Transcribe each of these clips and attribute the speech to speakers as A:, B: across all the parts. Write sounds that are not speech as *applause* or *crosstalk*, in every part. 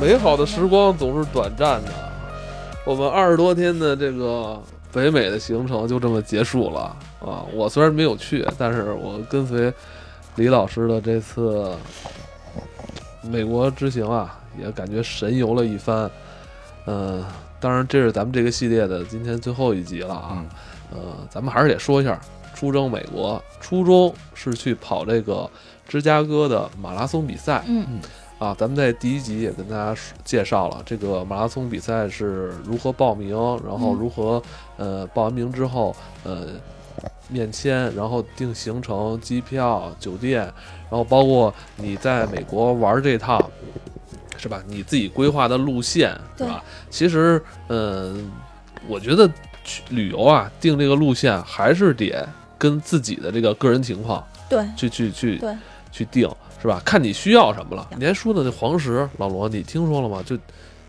A: 美好的时光总是短暂的，我们二十多天的这个北美的行程就这么结束了啊！我虽然没有去，但是我跟随李老师的这次美国之行啊，也感觉神游了一番。嗯、当然这是咱们这个系列的今天最后一集了啊。
B: 嗯
A: 呃，咱们还是得说一下，出征美国，初衷是去跑这个芝加哥的马拉松比赛
C: 嗯
A: 啊。咱们在第一集也跟大家说介绍了这个马拉松比赛是如何报名，然后
C: 嗯
A: 如何、呃报完名之后呃面签，然后定行程、机票、酒店，然后包括你在美国玩这趟。是吧？你自己规划的路线是吧？其实，嗯，我觉得去旅游啊，定这个路线还是得跟自己的这个个人情况
C: 对
A: 去去去
C: 对，
A: 去定，是吧？看你需要什么了。你还说的那黄石，老罗，你听说了吗？就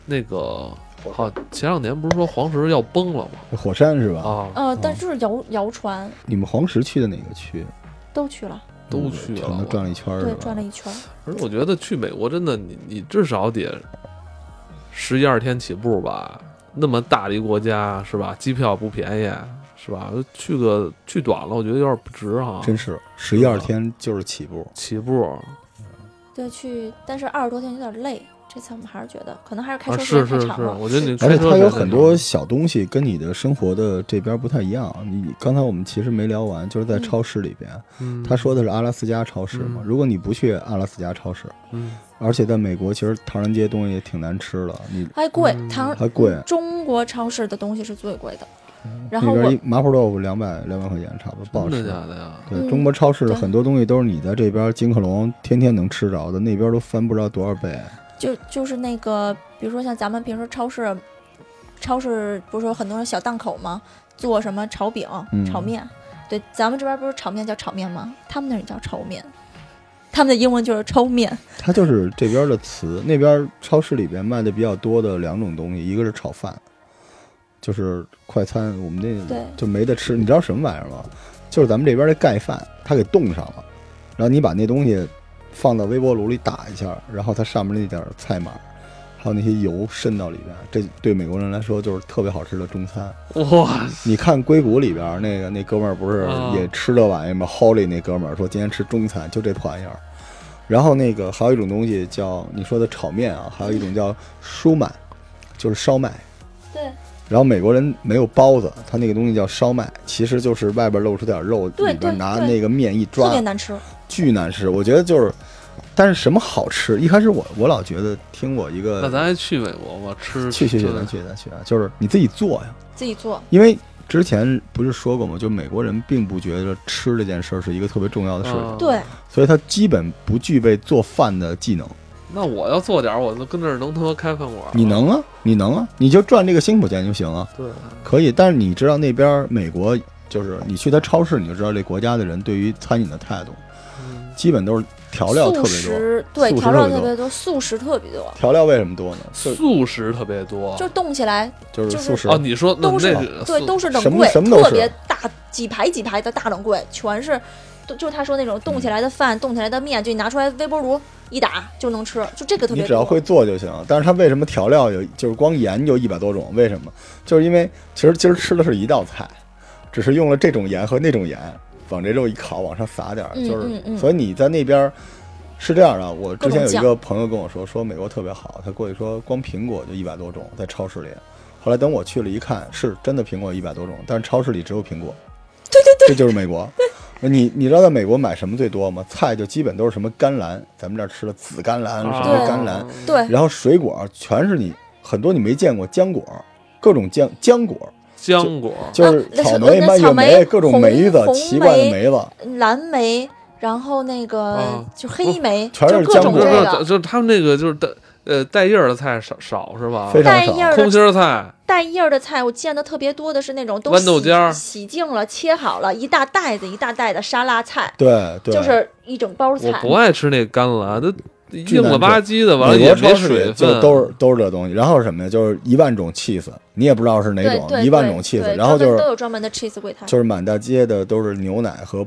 A: 那个好，前两年不是说黄石要崩了吗？
B: 火山是吧？
A: 啊，
C: 呃，但就是谣谣传
B: 你们黄石去的哪个区？
C: 都去了，
A: 都去了
B: 全都转了一圈儿是
C: 对
B: 吧？，
C: 转了一圈儿，
A: 而且我觉得去美国真的，你你至少得十一二天起步吧。那么大的一国家是吧？机票不便宜是吧？去个去短了，我觉得有点不值哈、
B: 真是十一二天就是起步，
A: 起步
C: 对，去，但是二十多天有点累，这次我们还是觉得可能还是开
A: 啊，
C: 车时
A: 是是
C: 间
A: 是
C: 太长，了，
A: 我觉得你开
B: 而且
A: 车
B: 它有
A: 时间
B: 很多小东西跟你的生活的这边不太一样。你刚才我们其实没聊完，就是在
C: 嗯
B: 超市里边，
A: 嗯
B: 他说的是阿拉斯加超市嘛。
A: 嗯
B: 如果你不去阿拉斯加超市，
A: 嗯
B: 而且在美国其实唐人街东西也挺难吃的，你
C: 还贵
A: 嗯，
C: 唐
B: 还贵
C: 中国超市的东西是最贵的，
A: 嗯
C: 然
B: 那
C: 后
B: 边
C: 我
B: 一麻婆豆腐两百两百块钱差不多，不好
A: 真
B: 吃
A: 的。假的呀？
B: 对，
C: 嗯
B: 中国超市
C: 对
B: 很多东西都是你在这边金客隆天天能吃着的，那边都翻不知道多少倍。
C: 就就是那个，比如说像咱们平时超市，超市不是有很多小档口吗？做什么炒饼、
B: 嗯
C: 炒面？对，咱们这边不是炒面叫炒面吗？他们那儿也叫炒面，他们的英文就是抽面。
B: 它就是这边的词，那边超市里边卖的比较多的两种东西，一个是炒饭，就是快餐，我们那
C: 对
B: 就没得吃。你知道什么玩意儿吗？就是咱们这边的盖饭，它给冻上了，然后你把那东西放到微波炉里打一下，然后它上面那点儿菜码，还有那些油渗到里边，这对美国人来说就是特别好吃的中餐。
A: 哇，
B: 你看硅谷里边儿那个那哥们儿不是
A: 啊
B: 也吃这玩意儿吗？Holly 那哥们儿说今天吃中餐，就这破玩意儿。然后那个还有一种东西叫你说的炒面啊，还有一种叫舒麦，就是烧麦。
C: 对
B: 然后美国人没有包子，他那个东西叫烧麦，其实就是外边露出点肉，
C: 对
B: 里边
C: 对
B: 拿
C: 对
B: 那个面一
C: 特
B: 抓
C: 别，难吃。
B: 巨难吃。我觉得就是，但是什么好吃？一开始我我老觉得听我一
A: 那
B: 个
A: 咱还去美国吗？吃
B: 呃去去去
A: 吃
B: 咱去咱去啊，就是你自己做呀。
C: 自己做，
B: 因为之前不是说过吗？就美国人并不觉得吃这件事儿是一个特别重要的事情，
A: 嗯
C: 对，
B: 所以他基本不具备做饭的技能。
A: 那我要做点儿，我就跟那儿能他妈开饭馆儿。
B: 你能啊，你能啊，你就赚这个辛苦钱就行啊，
A: 对，
B: 可以。但是你知道那边儿美国，就是你去他超市，你就知道这国家的人对于餐饮的态度，
A: 嗯
B: 基本都是调料特
C: 素
B: 别多。
C: 食对
B: 素食
C: 调料
B: 特别
C: 特
B: 多
C: 别多，素食特别多，
B: 调料为什么多呢？就
A: 素食特别多。
C: 就冻起来
B: 就是
C: 就是
B: 素食
A: 哦，你说
C: 都
A: 那那
C: 是
A: 个
C: 对
A: 素
C: 都是冷
B: 什么
C: 柜，
B: 什么都是
C: 特别大几排几排的大冷柜，全是，都就是他说那种
B: 嗯
C: 冻起来的饭、冻起来的面，就你拿出来微波炉一打就能吃，就这个特
B: 你
C: 别
B: 只要
C: 多。
B: 会做就行。但是它为什么调料有，就是光盐有一百多种？为什么？就是因为其实今儿吃的是一道菜，只是用了这种盐和那种盐，往这肉一烤，往上撒点儿，
C: 嗯
B: 就是。
C: 嗯嗯
B: 所以你在那边儿是这样的。啊我之前有
C: 各
B: 一
C: 种
B: 个朋友跟我说，说美国特别好，他过去说光苹果就一百多种，在超市里。后来等我去了一看，是真的苹果一百多种，但是超市里只有苹果。对对对，这就是美
C: *laughs*
B: 国。你你知道在美国买什么最多吗？菜就基本都是什么甘蓝，咱们这儿吃的紫甘蓝，什么
C: 对
B: 甘蓝，
C: 对， *laughs*
B: 然后水果全是你很多你没见过浆果，各种浆浆果，
A: 浆果儿，
B: 就是
C: 啊那是
B: 草莓、
C: 那
B: 蔓越
C: 草莓
B: 莓、各种
C: 红
B: 梅子、
C: 红
B: 奇怪的
C: 莓
B: 梅子，
C: 蓝莓，然后那个、
A: 啊
C: 就黑莓，
B: 哦全是
C: 就各
B: 浆
C: 种
A: 不
B: 果
C: 这
A: 是不是
C: 个
A: 就是他们那个就是带呃带叶儿的菜少少是吧？
B: 非常
C: 带叶儿
A: 空
C: 的
A: 心儿菜，
C: 带叶儿的菜，我见的特别多的是那种都
A: 豌豆
C: 洗
A: 尖儿
C: 洗净了、切好了，一大袋子一大袋的沙拉菜，
B: 对对，
C: 就是一整包
A: 我
C: 菜。
A: 不爱吃那甘蓝，那
B: 巨
A: 硬
B: 难
A: 了吧唧的，完了
B: 美
A: 也
B: 国超
A: 没
B: 市里
A: 水
B: 就
A: 分，
B: 都是都是这东西，然后什么呀，就是一万种 cheese，你也不知道是哪
C: 对
B: 种，
C: 对
B: 一万
C: 对
B: 种 cheese，
C: 对
B: 然后
C: 专
B: 就
C: 门
B: 是
C: 都有专门的 cheese 柜台，
B: 就是满大街的都是牛奶和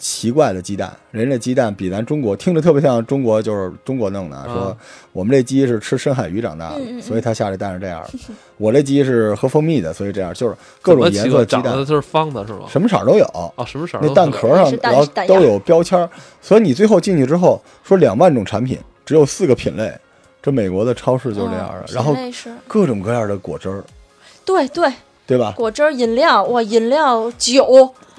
B: 奇怪的鸡蛋，人家鸡蛋比咱中国听着特别像中国，就是中国弄的啊，
A: 啊
B: 说我们这鸡是吃深海鱼长大的，
C: 嗯嗯嗯
B: 所以它下这蛋是这样的；我这鸡是喝蜂蜜的，所以这样，就是各
A: 怎
B: 种
A: 么
B: 颜
A: 奇
B: 色
A: 怪
B: 鸡
A: 长得
B: 蛋，
A: 就是方的是吗？
B: 什么色儿都有。
A: 啊，什么色儿都
B: 那
A: 有？
B: 蛋壳
C: 也
B: 上
C: 是蛋
B: 然后
C: 蛋
B: 都
C: 样
B: 有标签儿，所以你最后进去之后说两万种产品，只有四个品类，这美国的超市就是这样的。
C: 嗯
B: 然后
C: 品类是，
B: 各种各样的果汁儿，
C: 对对，
B: 对吧？
C: 果汁儿、饮料，哇，饮料、酒、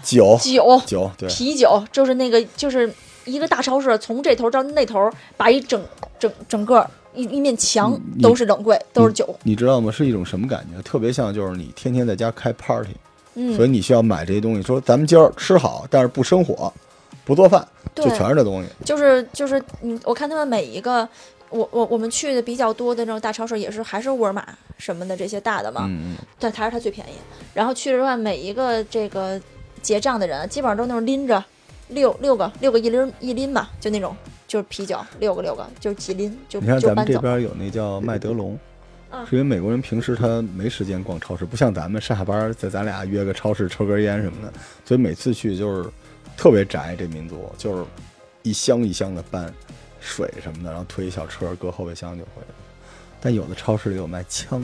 B: 酒
C: 酒、
B: 酒哦对，
C: 啤酒，就是那个就是一个大超市，从这头到那头，把一整整整个一一面墙
B: 嗯你
C: 都是冷柜，都是酒，
B: 你知道吗？是一种什么感觉？特别像就是你天天在家开 party，所
C: 嗯，
B: 以你需要买这些东西。说咱们今儿吃好，但是不生火，不做饭，就
C: 对，
B: 全是这东西。
C: 就是就是，嗯，我看他们每一个，我我我们去的比较多的那种大超市，也是还是沃尔玛什么的这些大的嘛，
B: 嗯嗯，
C: 但还是它最便宜。然后去了之后，每一个这个结账的人，基本上都那种拎着六六个六个一拎一拎吧，就那种就是啤酒六个六个就是几拎就
B: 你看
C: 就
B: 咱
C: 搬
B: 们这
C: 走。
B: 边有那叫麦德龙。
C: 嗯
B: 是因为美国人平时他没时间逛超市，不像咱们上下班儿在咱俩约个超市抽根烟什么的，所以每次去就是特别宅。这民族就是一箱一箱的搬水什么的，然后推一小车搁后备箱就回来。但有的超市里有卖枪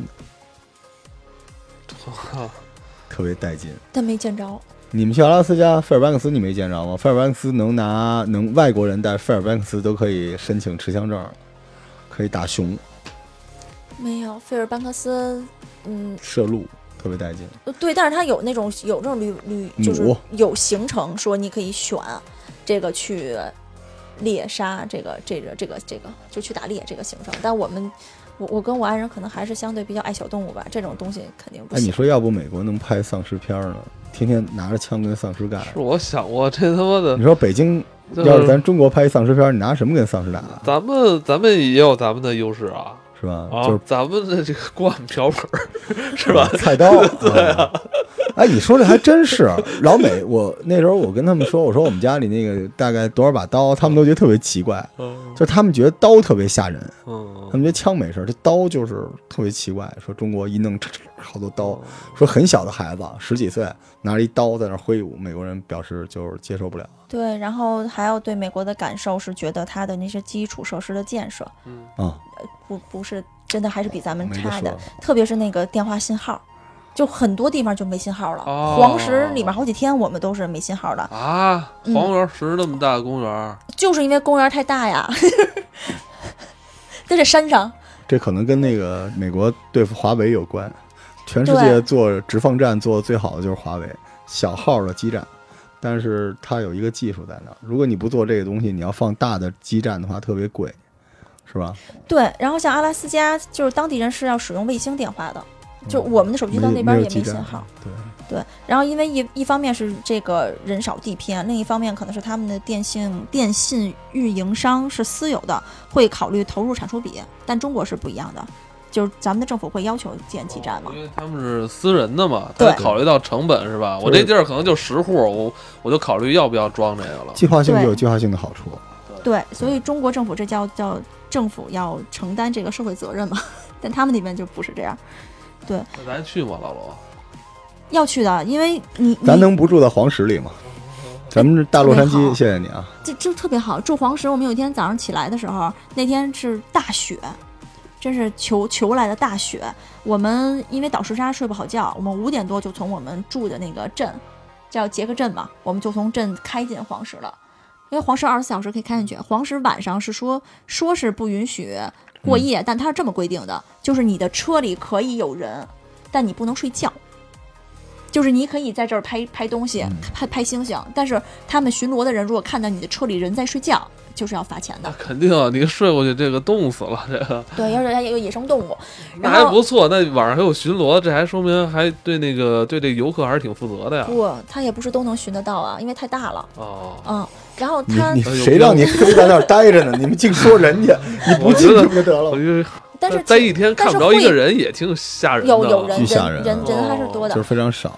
B: 的，
A: 啊
B: 特别带劲。
C: 但没见着，
B: 你们去阿拉斯加费尔班克斯，你没见着吗？费尔班克斯能拿能外国人在费尔班克斯都可以申请持枪证，可以打熊、
C: 没有。费尔班克斯，嗯，
B: 射鹿，特别带劲。
C: 对，但是它有那种有这种旅旅，就是
B: 弩
C: 有行程说你可以选这个去猎杀这个这个这个这个就去打猎这个行程。但我们我我跟我爱人可能还是相对比较爱小动物吧，这种东西肯定不
B: 哎，你
C: 行。
B: 说要不美国能拍丧尸片儿呢？天天拿着枪跟丧尸干。
A: 是我想过这他妈的
B: 你，说北京
A: 就
B: 要是咱中国拍一丧尸片儿，你拿什么跟丧尸打啊？
A: 咱们咱们也有咱们的优势啊。
B: 是吧？
A: 啊，
B: 就是呃
A: 咱们的这个锅碗瓢盆儿是吧？
B: 菜刀。对啊。哎，你说这还真是老美。我那时候我跟他们说，我说我们家里那个大概多少把刀，他们都觉得特别奇怪，
A: *laughs* 嗯
B: 就是他们觉得刀特别吓人，他
A: 嗯，
B: 们觉得枪没事儿，这刀就是特别奇怪。说中国一弄嚓嚓嚓好多
A: 嗯
B: 刀，说很小的孩子十几岁拿着一刀在那儿挥舞，美国人表示就是接受不了。
C: 对，然后还有对美国的感受是觉得它的那些基础设施的建设
B: 啊、
C: 不不是真的还是比咱们
B: 没得
C: 差
B: 说
C: 的，，特别是那个电话信号，就很多地方就没信号了。
A: 哦
C: 黄石里面好几天我们都是没信号的，
A: 啊，
C: 嗯
A: 黄原石那么大的公园儿，
C: 就是因为公园太大呀， *laughs* 在这山上。
B: 这可能跟那个美国对付华为有关。全世界
C: 对
B: 做直放站做的最好的就是华为，小号的基站，但是它有一个技术在那儿。如果你不做这个东西，你要放大的基站的话，特别贵，是吧？
C: 对，然后像阿拉斯加，就是当地人是要使用卫星电话的，就我们的手机到
B: 嗯
C: 那
B: 没
C: 边
B: 有
C: 也
B: 基
C: 没
B: 站
C: 信号。，
B: 对，
C: 对，然后因为一一方面是这个人少地偏，另一方面可能是他们的电信电信运营商是私有的，会考虑投入产出比，但中国是不一样的，就是咱们的政府会要求建基站嘛。
A: 哦因为他们是私人的嘛，他
C: 对
A: 考虑到成本是吧？我这地儿可能就十户，我我就考虑要不要装这个了。
B: 计划性就有
C: 对
B: 计划性的好处。
C: 对，所以中国政府这叫叫政府要承担这个社会责任嘛， *laughs* 但他们那边就不是这样，
A: 那咱去吗，老罗？
C: 要去的，因为你
B: 咱
C: 你
B: 能不住在黄石里吗？咱们这大洛杉矶，谢谢你啊！
C: 这这特别好。住黄石，我们有一天早上起来的时候，那天是大雪，真是求求来的大雪。我们因为倒时差睡不好觉，我们五点多就从我们住的那个镇，叫杰克镇嘛，我们就从镇开进黄石了。因为黄石二十四小时可以开进去，黄石晚上是说说是不允许过夜，但它是这么规定的，就是你的车里可以有人，但你不能睡觉。就是你可以在这儿拍拍东西，拍拍星星，但是他们巡逻的人如果看到你的车里人在睡觉，就是要罚钱
A: 那
C: 的。
A: 肯定啊，你睡过去这个冻死了，这个
C: 对，要是要有野生动物，
A: 那
C: 然
A: 还
C: 后
A: 不错。那晚上还有巡逻，这还说明还对那个对这游客还是挺负责的呀。
C: 不，他也不是都能寻得到啊，因为太大了。
A: 哦，
C: 嗯，然后
B: 你
C: 他，
B: 你
A: 哎呦
B: 谁让你非在那儿待着呢？你们净说人
A: *laughs*
B: 家，你不
A: 我
B: 进
A: 觉得
B: 去不就得了
A: 我
B: 吗？
A: 觉得
C: 哦但是
A: 待
C: 其
A: 一天看
C: 但是
A: 不着一个
C: 会
A: 人也挺吓人的。
C: 有有人
B: 巨吓
C: 人
B: 人
C: 人人还是
A: 哦
C: 多的
B: 就是，非常少。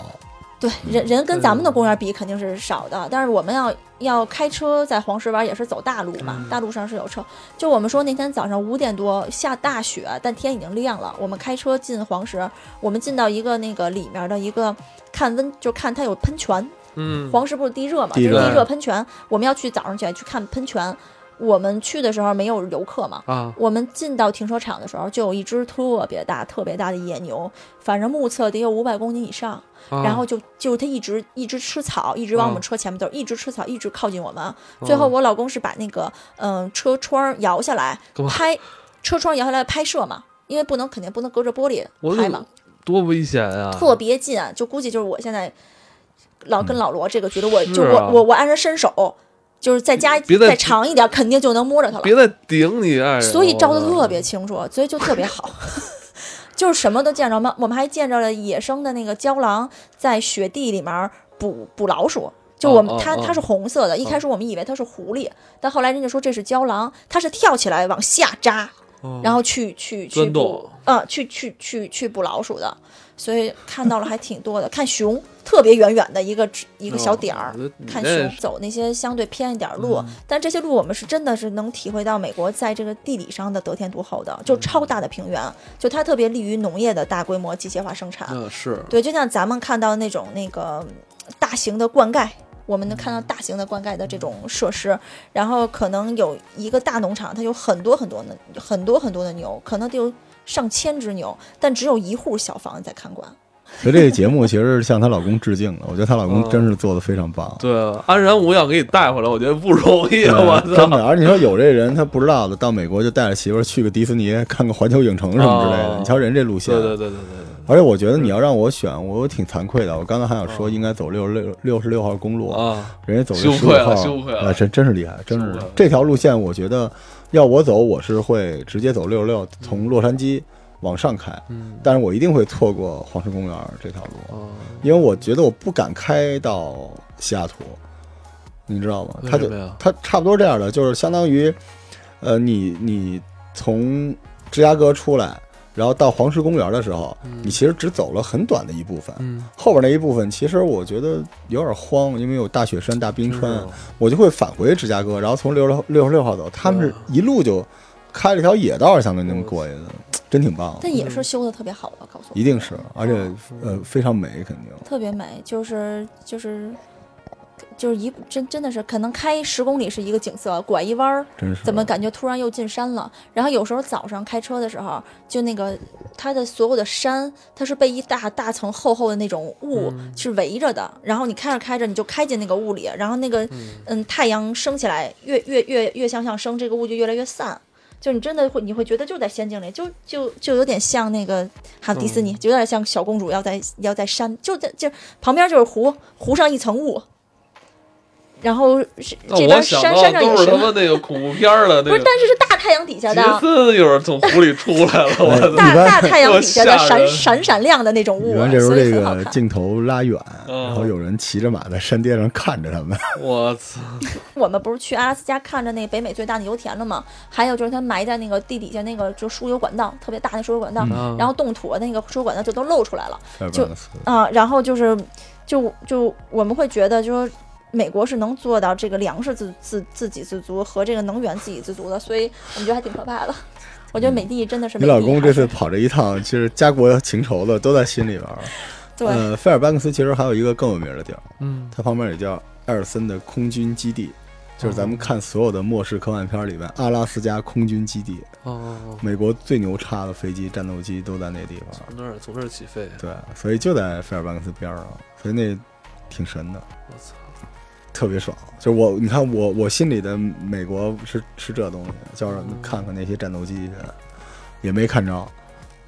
C: 对人人跟咱们的公园比肯定是少的，但是我们要要开车在黄石玩也是走大路嘛，大路上是有车。就我们说那天早上五点多下大雪，但天已经亮了，我们开车进黄石，我们进到一个那个里面的一个看温，就看它有喷泉，
A: 嗯，
C: 黄石不是地热嘛，
B: 地
C: 就是
A: 热
C: 地热喷泉，我们要去早上起来去看喷泉。我们去的时候没有游客嘛，
A: 啊，
C: 我们进到停车场的时候，就有一只特别大、特别大的野牛，反正目测得有五百公斤以上，
A: 啊
C: 然后就就它一直一直吃草，一直往我们
A: 啊
C: 车前面走，一直吃草，一直靠近我们。最后我老公是把那个嗯、车窗摇下来
A: 干嘛
C: 拍，车窗摇下来拍摄嘛，因为不能肯定不能隔着玻璃
A: 我
C: 拍嘛，
A: 多危险啊！
C: 特别近啊，就估计就是我现在老跟老罗这个觉得我、
A: 嗯是
C: 就
A: 啊
C: 我我我按着伸手，就是再加
A: 别再
C: 再长一点，肯定就能摸着它了。
A: 别再顶你爱人了，
C: 所以照的
A: 我
C: 特别清楚，所以就特别好， *laughs* 就是什么都见着嘛。我们还见着了野生的那个郊狼在雪地里面捕捕老鼠。就我们，
A: 哦哦
C: 它
A: 哦
C: 它是红色的，一开始我们以为它是狐狸，但后来人家说这是郊狼，它是跳起来往下扎，
A: 哦
C: 然后去去去
A: 钻
C: 捕
A: 洞，
C: 呃，去去去去捕老鼠的，所以看到了还挺多的。看熊，特别远远的一个一个小点儿，
A: 哦你
C: 看
A: 这
C: 熊走那些相对偏一点儿路，
A: 嗯
C: 但这些路我们是真的是能体会到美国在这个地理上的得天独厚的，就超大的平原，就它特别利于农业的大规模机械化生产。
A: 嗯是
C: 对，就像咱们看到那种那个嗯大型的灌溉，我们能看到大型的灌溉的这种设施，然后可能有一个大农场，它有很多很多的很多很多的牛，可能得有上千只牛，但只有一户小房子在看管。
B: 所以这个节目其实是向她老公致敬的。我觉得她老公
A: 嗯
B: 真是做的非常棒。
A: *laughs* 对，安然无恙给你带回来，我觉得不容易，我
B: 对呃
A: 操！
B: 真的，而你说有这人他不知道的，到美国就带着媳妇儿去个迪士尼，看个环球影城什么之类
A: 哦
B: 的。你瞧人这路线，
A: 对对对对对哦
B: 而且我觉得你要让我选，我挺惭愧的。我刚才还想说应该走六六六十六号公路
A: 对，啊！
B: 人家走
A: 羞
B: 这十五
A: 愧了
B: 号，
A: 羞愧了
B: 啊，真真是厉害，真
A: 羞
B: 是
A: 愧了
B: 这条路线，我觉得要我走，我是会直接走六十六，从洛杉矶往上开，
A: 嗯
B: 但是我一定会错过黄石公园这条路，
A: 哦，
B: 因为我觉得我不敢开到西雅图，你知道吗？
A: 为
B: 它
A: 什
B: 就
A: 么呀？
B: 它差不多这样的，就是相当于，呃，你你从芝加哥出来，然后到黄石公园的时候，你其实只走了很短的一部分，
A: 嗯，
B: 后边那一部分其实我觉得有点慌，因为有大雪山、大冰川，
A: 真是啊
B: 我就会返回芝加哥，然后从六十六十六号走，他们是
A: 哇
B: 一路就开了条野道，相当于那么过去的，真挺棒的，
C: 但也是修的特别好啊，告诉我
B: 一，定是，而且呃非常美，肯定。
C: 特别美，就是就是。就是一真真的是，可能开十公里是一个景色，拐一弯儿
B: 真是
C: 怎么感觉突然又进山了？然后有时候早上开车的时候，就那个它的所有的山，它是被一大大层厚厚的那种雾
A: 嗯
C: 是围着的。然后你开着开着，你就开进那个雾里，然后那个嗯太阳升起来，越越越越向上升，这个雾就越来越散。就你真的会，你会觉得就在仙境里，就就就有点像那个哈迪士尼，
A: 嗯
C: 就有点像小公主要在要在山，就在就旁边就是湖，湖上一层雾，然后是
A: 那
C: 这
A: 我
C: 边
A: 想
C: 山
A: 到
C: 山上也
A: 都是
C: 是
A: 他妈那个恐怖片儿的
C: 不
A: 那
C: 是，
A: 个
C: 但是是大太阳底下
A: 杰
C: 的，啊
A: 森，一会儿从湖里出来了，我操！
C: 大
B: 一般
C: 大太阳底下的
A: 多吓
C: 闪
A: 人
C: 闪闪亮的那种雾
B: 你，看这时候
C: 所
B: 这
C: 以很好
B: 个
C: 看。
B: 镜头拉远，
A: 嗯
B: 然后有人骑着马在山巅上看着他们，
A: 我操！
C: 我们不是去阿拉斯加看着那北美最大的油田了吗？还有就是它埋在那个地底下那个就输油管道，特别大的输油管道，
A: 嗯
C: 然后冻土那个输油管道就都露出来了
B: 要不
C: 就
B: 然死
C: 啊。然后就是，就就我们会觉得就说。美国是能做到这个粮食自自自给自足和这个能源自给自足的，所以我们觉得还挺可怕的。我觉得美帝真的是
B: 你
C: 美
B: 老
C: 帝
B: 公
C: 啊
B: 这次跑这一趟，其实家国情仇的都在心里边儿。
C: 对、
B: 呃，菲尔班克斯其实还有一个更有名的地儿，
A: 嗯，
B: 它旁边也叫艾尔森的空军基地，就是咱们看所有的末世科幻片里边，阿拉斯加空军基地，
A: 哦哦，哦
B: 美国最牛叉的飞机、战斗机都在那地方。
A: 从那儿从这儿起飞，
B: 对，所以就在菲尔班克斯边儿上，所以那挺神的，
A: 我操！
B: 特别爽。就是我，你看我我心里的美国是是这东西，就是看看那些战斗机，也没看着，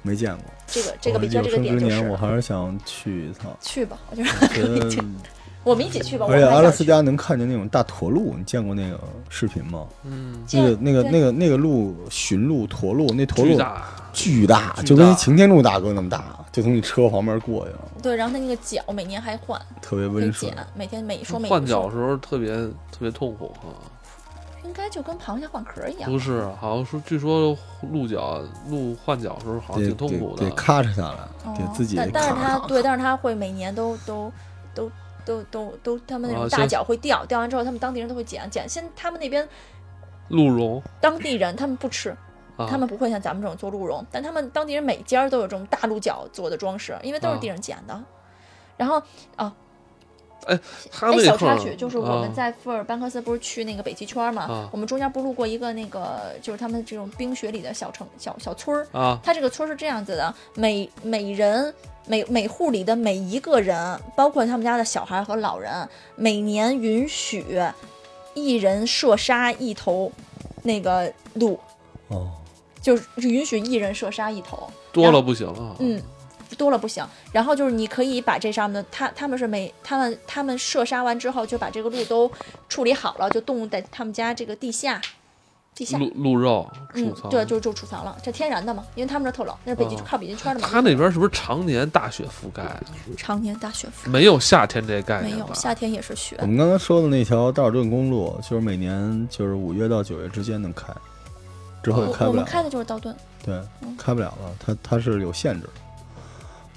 B: 没见过。
C: 这个这个
B: 我
C: 比较
B: 有
C: 这个
B: 生
C: 点
B: 之
C: 就是
B: 年我
C: 了
B: 还是想去一
C: *laughs*
B: 趟。
C: 去吧，我觉得
B: 我觉得嗯
C: 我们一起去吧。我
B: 而且
C: 们还
B: 阿拉
C: 想
B: 斯
C: 去
B: 加能看见那种大驼鹿，你见过那个视频吗？
A: 嗯，
B: 那个
C: 见
B: 那个
C: 见
B: 那个那个鹿，驯鹿、驼鹿，那驼
A: 巨
B: 鹿
A: 大，
B: 巨大，
A: 巨
B: 就跟
A: 大
B: 一擎天柱大哥那么大，就从你车旁边过去了，
C: 对，然后它那个脚每年还换，
B: 特别
C: 可以
B: 温顺
C: 剪。，每天每说每
A: 换
C: 一
A: 脚
C: 说
A: 的时候特别特别痛苦啊。
C: 应该就跟螃蟹换壳一样
A: 不。是，好像说，据说鹿角鹿换角的时候好像
B: 得
A: 挺痛苦
B: 得
A: 的
B: 得。咔嚓下来，
C: 哦
B: 得自己
C: 但
B: 咔
C: 但是它
B: 嚓。
C: 对，但是它会每年都都都都都都，他们那
A: 啊
C: 种
A: 像
C: 大脚会掉，掉完之后他们当地人都会捡捡。现他们那边
A: 鹿茸
C: 当地人他们不吃，
A: 啊，
C: 他们不会像咱们这种做鹿茸，但他们当地人每家
A: 啊
C: 都有这种大鹿角做的装饰，因为都是地上捡的。然后哦，
A: 他
C: 哎，
A: 那
C: 小
A: 块
C: 插
A: 儿
C: 曲就是我们
A: 啊
C: 在富尔班克斯不是去那个北极圈嘛，
A: 啊
C: 我们中间不路过一个那个就是他们这种冰雪里的小城小小村儿，
A: 啊
C: 它这个村儿是这样子的，每每人每每户里的每一个人，包括他们家的小孩和老人，每年允许一人射杀一头那个鹿，
B: 哦，
C: 就是允许一人射杀一头，
A: 多了不行啊了，
C: 嗯，多了不行。然后就是你可以把这上面的他他们是每他们他们射杀完之后就把这个鹿都处理好了，就冻在他们家这个地下，地下。
A: 鹿鹿肉储
C: 嗯
A: 藏，，
C: 对，就就储藏了，这天然的嘛，因为他们这特冷，那是北极、
B: 嗯
A: 哦
C: 靠北极圈的嘛。
A: 他那边是不是常年大雪覆盖啊？
C: 常年大雪覆
A: 没有夏天这概
C: 没
A: 念吧？
C: 有，夏天也是雪
B: 我。们刚刚说的那条道尔顿公路，就是每年就是五月到九月之间能开，之后
C: 我
B: 也开
C: 哦我
B: 不
C: 们
B: 了了。
C: 开的就是道顿，
B: 对
C: 嗯，
B: 开不了了，它它是有限制的，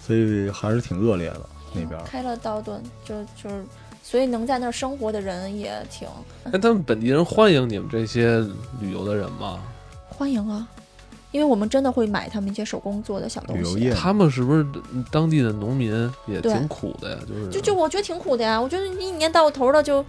B: 所以还是挺恶劣的那边儿。
C: 开了道顿，就就是，所以能在那儿生活的人也挺
A: 哎，他们本地人欢迎你们这些旅游的人吗？
C: 欢迎啊，因为我们真的会买他们一些手工做的小东西。啊
B: 旅游业
A: 他们是不是当地的农民也
C: 对
A: 挺苦的呀？就是
C: 就就我觉得挺苦的呀，我觉得一年到头的就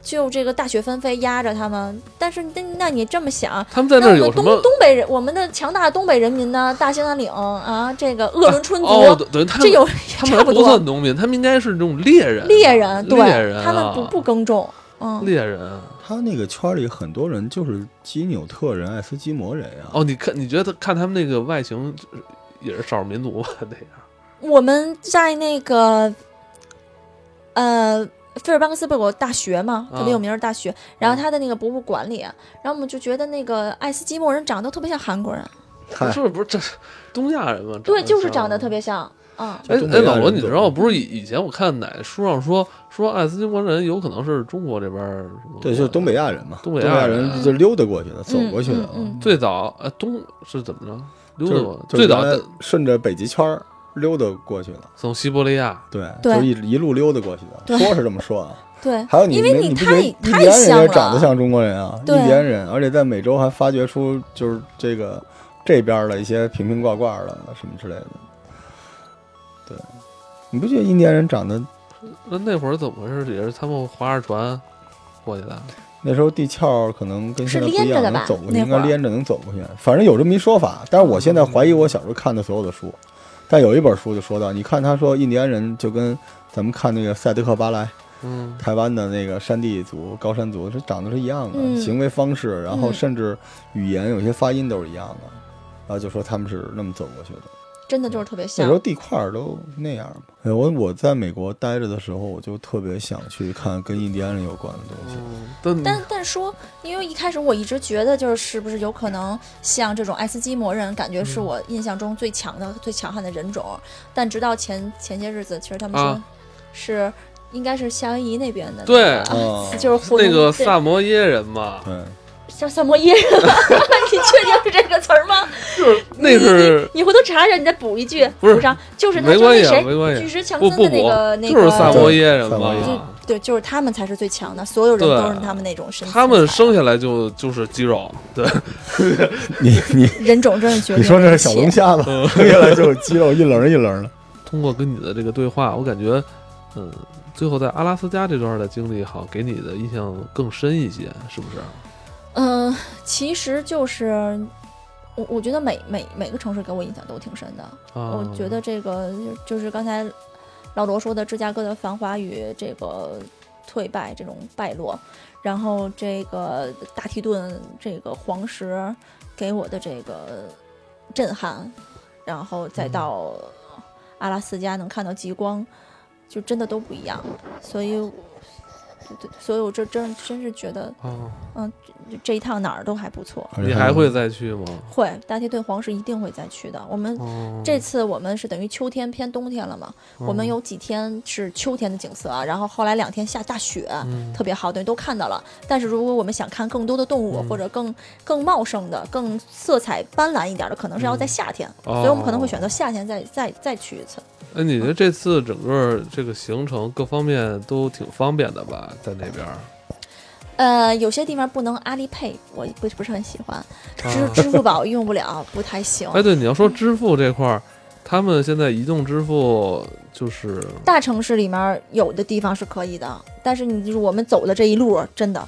C: 就这个大雪纷飞压着他们，但是那那你这么想。
A: 他们在
C: 那
A: 那
C: 我
A: 儿有
C: 们
A: 什
C: 东
A: 么
C: 东北人，我们的强大的东北人民呢？大兴安岭啊，这个鄂伦春族，
A: 哦，对对，他
C: 这
A: 们
C: 有
A: 他们
C: 差
A: 还
C: 不
A: 不
C: 多
A: 算农民，他们应该是那种猎人，啊
C: 猎人，对，
A: 猎人啊，
C: 他们不不耕种，嗯，
A: 猎人。啊
B: 他那个圈儿里很多人就是基纽特人、爱斯基摩人啊。
A: 哦，你看，你觉得看他们那个外形就是也是少数民族吧？那样
C: 我们在那个，呃，费尔班克斯不有个大学嘛，
A: 啊嗯
C: 特别有名的大学，然后他的那个博物馆里，啊然后我们就觉得那个爱斯基摩人长得都特别像韩国人，
A: 不
B: 嗨，
A: 是不是这东亚人嘛？
C: 对，就是
A: 长
C: 长得特。别像，
A: *laughs*
C: 啊、
A: 哎
B: 就东北
A: 哎，
B: 亚
A: 老罗，
B: 人
A: 你
B: 都
A: 知道不是以以前我看哪书上说说爱斯基摩人有可能是中国这边儿什么
B: 对，就是东北亚人嘛，
A: 东
B: 东
A: 北
B: 北
A: 亚人
B: 人就溜达过去的，走过去的啊。
C: 嗯嗯
A: 最早呃东是怎么着？溜达过
B: 就
A: 最
B: 是
A: 早
B: 就
A: 的
B: 是原来顺着北极圈儿溜达过去的，
A: 从西伯利亚
B: 对，
C: 对
B: 就一一路溜达过去的。
C: 对
B: 说是这么说啊，
C: 对，
B: 还有你
C: 因为
B: 那
C: 你
B: 你不觉
C: 太
B: 得印第
C: 太
B: 安人
C: 像
B: 也长
C: 了
B: 得像中国人啊？印
C: 对
B: 第安人，而且在美洲还发掘出就是这个这边儿的一些瓶瓶罐罐儿的什么之类的。对，你不觉得印第安人长得
A: 那那会儿怎么回事？也是他们划着船过去的。
B: 那时候地壳可能跟现在不
C: 是
B: 一
C: 连着的
B: 样，
C: 吧
B: 能走过去，
C: 那
B: 应
C: 会儿
B: 该连着能走过去。反正有这么一说法，但是我现在怀疑我小时候看的所有的书。但有一本书就说到，你看他说印第安人就跟咱们看那个赛德克巴莱，
A: 嗯，
B: 台湾的那个山地族、高山族，这长得是一样的，
C: 嗯
B: 行为方式，然后
C: 嗯
B: 甚至语言有些发音都是一样的，然后就说他们是那么走过去的。
C: 真的就是特别
B: 那
C: 像
B: 时候，地块儿都那样嘛。哎，我我在美国待着的时候，我就特别想去看跟印第安人有关的东西。
A: 但
C: 但但说，因为一开始我一直觉得就是是不是有可能像这种爱斯基摩人，感觉是
A: 嗯
C: 我印象中最强的、最强悍的人种，但直到前前些日子，其实他们说
A: 啊
C: 是、应该是夏威夷那边的，
A: 对
B: 哦
C: 就是火
A: 那个
C: 对
A: 萨摩耶人
B: *laughs*
A: 嘛，
B: 对，
C: 像萨摩耶人，
A: *laughs*
C: 你确定是这个词儿吗？
A: 就是那是
C: 你回头查查，你再补一句，
A: 不是
C: 补上就是他
A: 没
C: 就是
A: 关
C: 那
A: 系啊
C: 谁
A: 没关系
C: 巨石强
A: 不
C: 森
A: 不
C: 的那个，那
A: 补就是
C: 个
A: 萨摩耶人
B: 萨摩耶人
A: 嘛。
C: 对，就是他们才是最强的，所有人
A: 哎对
C: 都是他们那种身材。
A: 他们生下来就就是肌肉，对，
B: 你你
C: 人种真是决定
B: 你说这是
C: 一
B: 小
C: 切
B: 龙虾吧？ *laughs* 生下来就有肌肉一棱一棱的。
A: 通过跟你的这个对话，我感觉，嗯，最后在阿拉斯加这段的经历，好像给你的印象更深一些，是不是？
C: 嗯，其实就是我我觉得每每每个城市给我印象都挺深的。
A: 啊，
C: 我觉得这个就就是刚才老罗说的芝加哥的繁华与这个退败这种败落，然后这个大提顿这个黄石给我的这个震撼，然后再到阿拉斯加能看到极光，就真的都不一样。所以我，对所以我这真真是觉得。
A: 哦，
C: 这一趟哪儿都还不错。
A: 你还会再去吗？
C: 会，大梯队黄石一定会再去的。我们
A: 哦，
C: 嗯这次我们是等于秋天偏冬天了嘛，
A: 嗯
C: 我们有几天是秋天的景色，啊然后后来两天下大雪，
A: 嗯
C: 特别好，等于都看到了。但是如果我们想看更多的动物、
A: 嗯
C: 或者更更茂盛的、更色彩斑斓一点的，可能是要在夏天，
A: 哦
C: 所以我们可能会选择夏天再再再去一次。
A: 哎，你觉得这次整个这个行程各方面都挺方便的吧？在那边儿，嗯
C: 呃，有些地方不能阿里配，我不
A: *laughs*
C: 不是很喜欢，支
A: 啊
C: 支付宝用不了，不太行。嗯
A: 哎，对，你要说支付这块儿，他们现在移动支付就是
C: 大城市里面有的地方是可以的，但是你就是我们走的这一路，真的，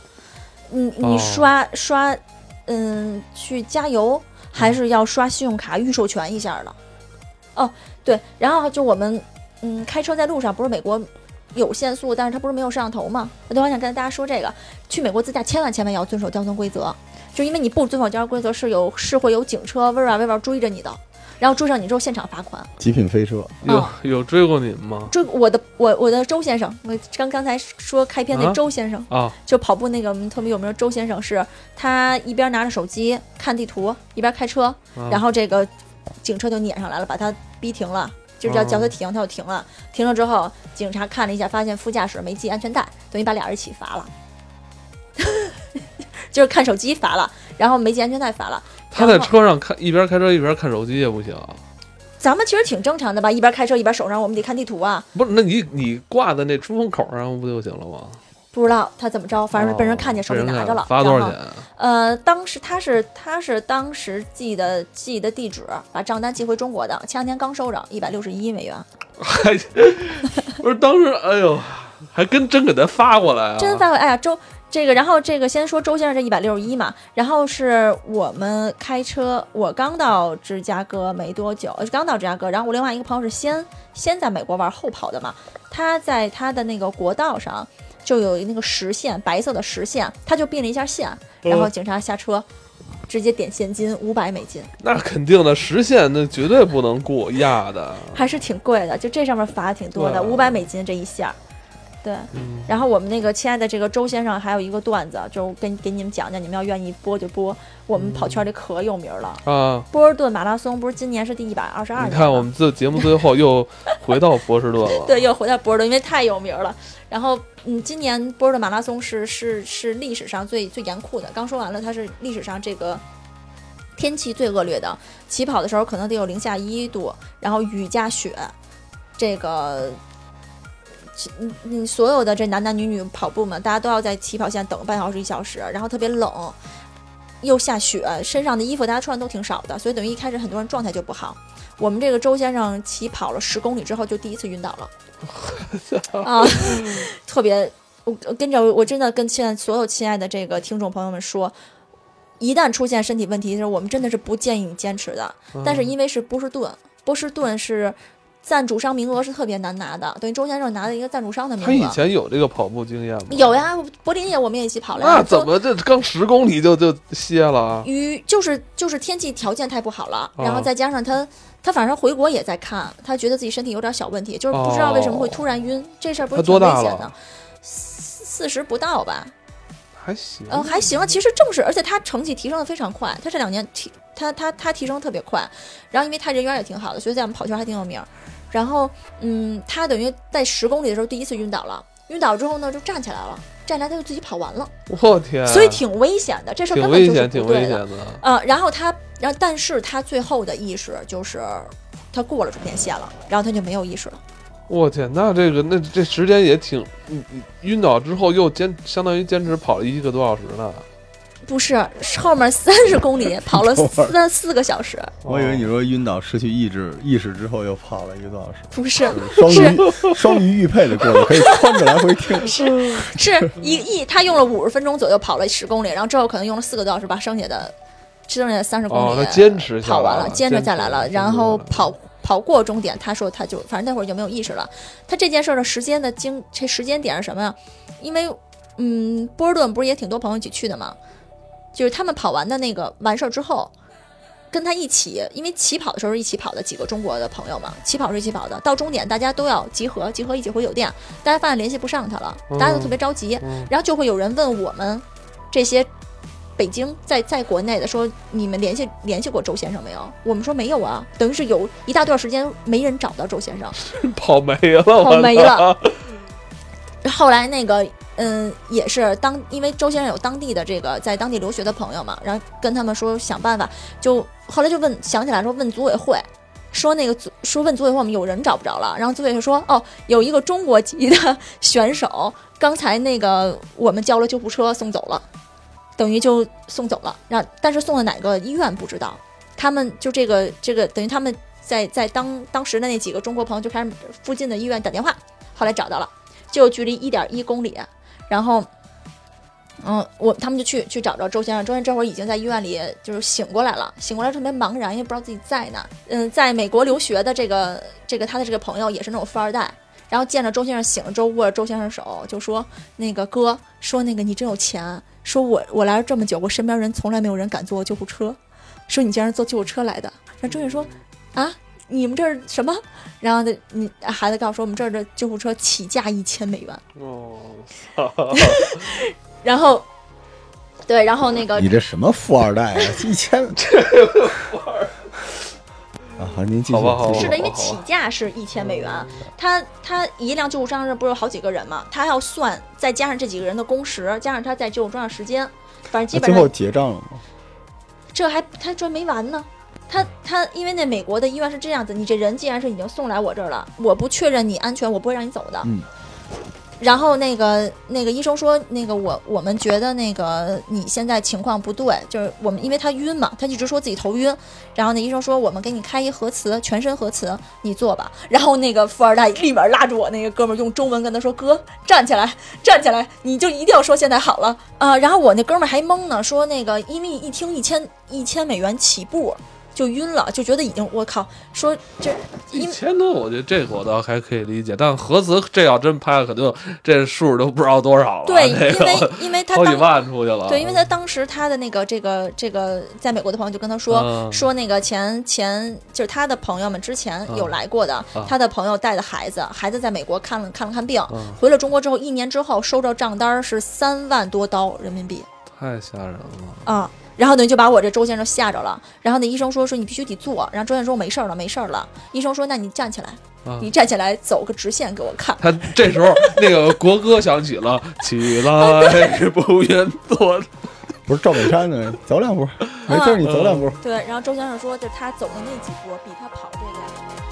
C: 你
A: 哦
C: 你刷、刷，嗯，去加油还是要刷信用卡预授权一下的。哦，对，然后就我们，嗯，开车在路上，不是美国有限速，但是它不是没有摄像头嘛？我都好想跟大家说这个，去美国自驾千万千万要遵守交通规则，就因为你不遵守交通规则是有是会有警车啊威哇威哇追着你的，然后追上你之后现场罚款。
B: 极品飞车，
A: 有、
C: 哦
A: *laughs* 有追过你们吗？
C: 追我的我我的周先生，我刚刚才说开篇那
A: 啊
C: 周先生，
A: 啊，
C: 就跑步那个我们特别有名的周先生是，他一边拿着手机看地图，一边开车，
A: 啊
C: 然后这个警车就撵上来了，把他逼停了，就是要
A: 哦
C: 叫他停，他就停了。停了之后，警察看了一下，发现副驾驶没系安全带，等于把俩人一起罚了， *laughs* 就是看手机罚了，然后没系安全带罚了。
A: 他在车上看一边开车一边看手机也不行啊，
C: 咱们其实挺正常的吧，一边开车一边手上我们得看地图啊，
A: 不是？那你你挂在那出风口上不就行了吗？
C: 不知道他怎么着，反正是被人看见手里
A: 哦被人
C: 拿
A: 看
C: 着了，
A: 罚多
C: 然
A: 少
C: 后
A: 钱？
C: 呃，当时他是他是当时寄的寄的地址，把账单寄回中国的，前两天刚收着，一百六十一美元，
A: 还 *laughs* 不是当时，哎呦，还跟真给咱发过来啊！
C: 真发回。哎呀，周这个，然后这个先说周先生这一百六十一嘛，然后是我们开车，我刚到芝加哥没多久，呃刚到芝加哥，然后我另外一个朋友是先先在美国玩后跑的嘛，他在他的那个国道上就有那个实线，白色的实线，他就并了一下线，然后警察下车。直接点现金五百美金，
A: 那肯定的，实现那绝对不能过压的。
C: 还是挺贵的，就这上面罚的挺多的，
A: 对
C: 五百美金这一下儿。对，
A: 嗯
C: 然后我们那个亲爱的这个周先生还有一个段子，就跟给你们讲讲，你们要愿意播就播。我们跑圈里可有名儿了，
A: 啊，
C: 波士顿马拉松不是今年是第一百二十二
A: 你
C: 年吗？
A: 看我们这节目最后又回到波士顿了。
C: 对，又回到波士顿，因为太有名儿了。然后，嗯，今年波士顿马拉松是是是历史上最最严酷的。刚说完了，它是历史上这个天气最恶劣的，起跑的时候可能得有零下一度，然后雨加雪，这个。其嗯嗯，所有的这男男女女跑步嘛，大家都要在起跑线等半小时一小时，然后特别冷，又下雪，身上的衣服大家穿的都挺少的，所以等于一开始很多人状态就不好。我们这个周先生起跑了十公里之后，就第一次晕倒了。
A: *laughs*
C: 啊，特别，我我跟着我真的跟现在所有亲爱的这个听众朋友们说，一旦出现身体问题的时候，我们真的是不建议你坚持的。
A: 嗯
C: 但是因为是波士顿，波士顿是赞助商名额是特别难拿的，等于周先生拿了一个赞助商的
A: 他以
C: 名额。
A: 前有这个跑步经验吗？
C: 有。呀，柏林也我们也一起跑了呀。
A: 那
C: 就
A: 怎么这刚十公里就就歇了啊？
C: 于就是就是天气条件太不好了，
A: 哦
C: 然后再加上他他反正回国也在看，他觉得自己身体有点小问题，就是不知道为什么会突然晕，这事儿不是
A: 哦他
C: 挺
A: 多
C: 危
A: 大
C: 险
A: 了
C: 的。四四十不到吧，
A: 还行。
C: 呃，还
A: 嗯
C: 行啊，其实正是，而且他成绩提升的非常快，他这两年提他他他提升特别快，然后因为他人缘也挺好的，所以在我们跑圈还挺有名儿。然后，嗯，他等于在十公里的时候第一次晕倒了，晕倒之后呢就站起来了，站起来他就自己跑完了，
A: 我天！
C: 所以挺危险的，这事儿
A: 哎挺
C: 根本
A: 危
C: 就是
A: 险，
C: 不
A: 挺
C: 对
A: 危
C: 的
A: 险。的。
C: 呃，然后他，然后但是他最后的意识就是他过了终点线了，然后他就没有意识了。
A: 我天，那这个那这时间也挺，你你晕倒之后又坚相当于坚持跑了一个多小时呢。
C: 不是，是后面三十公里跑
A: *laughs*
C: 了三四个小时，
B: 我以为
A: 哦
B: 你说晕倒失去意志意识之后又跑了一个多小时，
C: 不是，
B: 双鱼双鱼玉佩的故事可以穿着来回听。
C: *laughs* 是一一他用了五十分钟左右跑了十公里，然后之后可能用了四个多小时把剩下的剩下的三十公里、啊
A: 哦他坚持下来
C: 跑完
A: 了
C: 坚持下来了，
A: 坚持
C: 然后
A: 坚持
C: 跑跑过终点，他说他就反正那会儿就没有意识了。他这件事儿的时间的经这时间点是什么呀？因为嗯，波士顿不是也挺多朋友一起去的嘛，就是他们跑完的那个完事儿之后。跟他一起，因为起跑的时候是一起跑的，几个中国的朋友嘛，起跑是一起跑的。到终点大家都要集合，集合一起回酒店。大家发现联系不上他了，大家都特别着急。
A: 嗯
C: 然后就会有人问我们这些北京在在国内的说，你们联系联系过周先生没有？我们说没有啊，等于是有一大段时间没人找到周先生。
A: *laughs* 跑没了，
C: 跑哦没
A: 我操。
C: 后来那个。嗯，也是当因为周先生有当地的这个在当地留学的朋友嘛，然后跟他们说想办法，就后来就问想起来说问组委会，说那个组说问组委会我们有人找不着了，然后组委会说哦有一个中国籍的选手，刚才那个我们叫了救护车送走了， *laughs* 等于就送走了，让但是送到哪个医院不知道，他们就这个这个等于他们在在当当时的那几个中国朋友就开始附近的医院打电话，后来找到了，就距离一点一公里，然后。嗯，我他们就去去找着周先生，周先生这会儿已经在医院里就是醒过来了，醒过来特别茫然，也不知道自己在哪儿。嗯，在美国留学的这个这个他的这个朋友也是那种富二代，然后见着周先生醒了之后握着周先生手就说：“那个哥，说那个你真有钱，说我我来了这么久，我身边人从来没有人敢坐救护车，说你竟然坐救护车来的。”然后周先生说：“啊，你们这儿什么？”然后的你孩子告诉说我们这儿的救护车起价一千美元，
A: 哦，
C: 然后。对，然后那个
B: 你这什么富二代啊？一
C: *laughs*
B: 千这富二啊，好，您继续。
A: 好吧好吧
B: 继续
C: 是的，因为
A: 好
C: 起
A: 啊
C: 价是一千美元，他他一辆救护车上不是有好几个人嘛，他还要算，再加上这几个人的工时，加上他在救护车上时间，反正基
B: 那
C: 本
B: 啊最后
C: 上
B: 结账了吗？
C: 这还他这没完呢。他他因为那美国的医院是这样子，你这人既然是已经送来我这儿了，我不确认你安全，我不会让你走的。
B: 嗯
C: 然后那个那个医生说，那个我我们觉得那个你现在情况不对，就是我们因为他晕嘛，他一直说自己头晕。然后那医生说，我们给你开一核磁，全身核磁，你做吧。然后那个富二代立马拉住我那个哥们儿，用中文跟他说：“哥，站起来，站起来，你就一定要说现在好了。”呃，然后我那哥们儿还懵呢，说那个因为一听一千一千美元起步就晕了，就觉得已经我靠，说这
A: 一
C: 因
A: 千多，我觉得这个我倒还可以理解，但核磁这要真拍，肯定这数都不知道多少了。
C: 对，
A: 这
C: 因
A: *laughs* 个
C: 为因为他
A: 好几
C: 当
A: 万啊出去了。
C: 对，因为他当时他的那个这个这个在美国的朋友就跟他说、
A: 嗯
C: 说那个前前就是他的朋友们之前有
A: 嗯
C: 来过的，
A: 嗯
C: 他的朋友带的孩子，孩子在美国看了看了看病，
A: 嗯
C: 回了中国之后一年之后收着账单儿是三万多刀人民币
A: 太吓人了。
C: 啊。然后呢，就把我这周先生吓着了。然后那医生说说你必须得做。然后周先生说没事儿了，没事儿了。医生说那你站起来，
A: 啊
C: 你站起来走个直线给我看。
A: 他这时候那个国歌响起了，起
C: 哦
A: 来， *laughs* 不愿做。
B: 不是赵本山呢，走两步，没事儿你走两步。
C: 对，然后周先生说，就他走的那几步比他跑这个。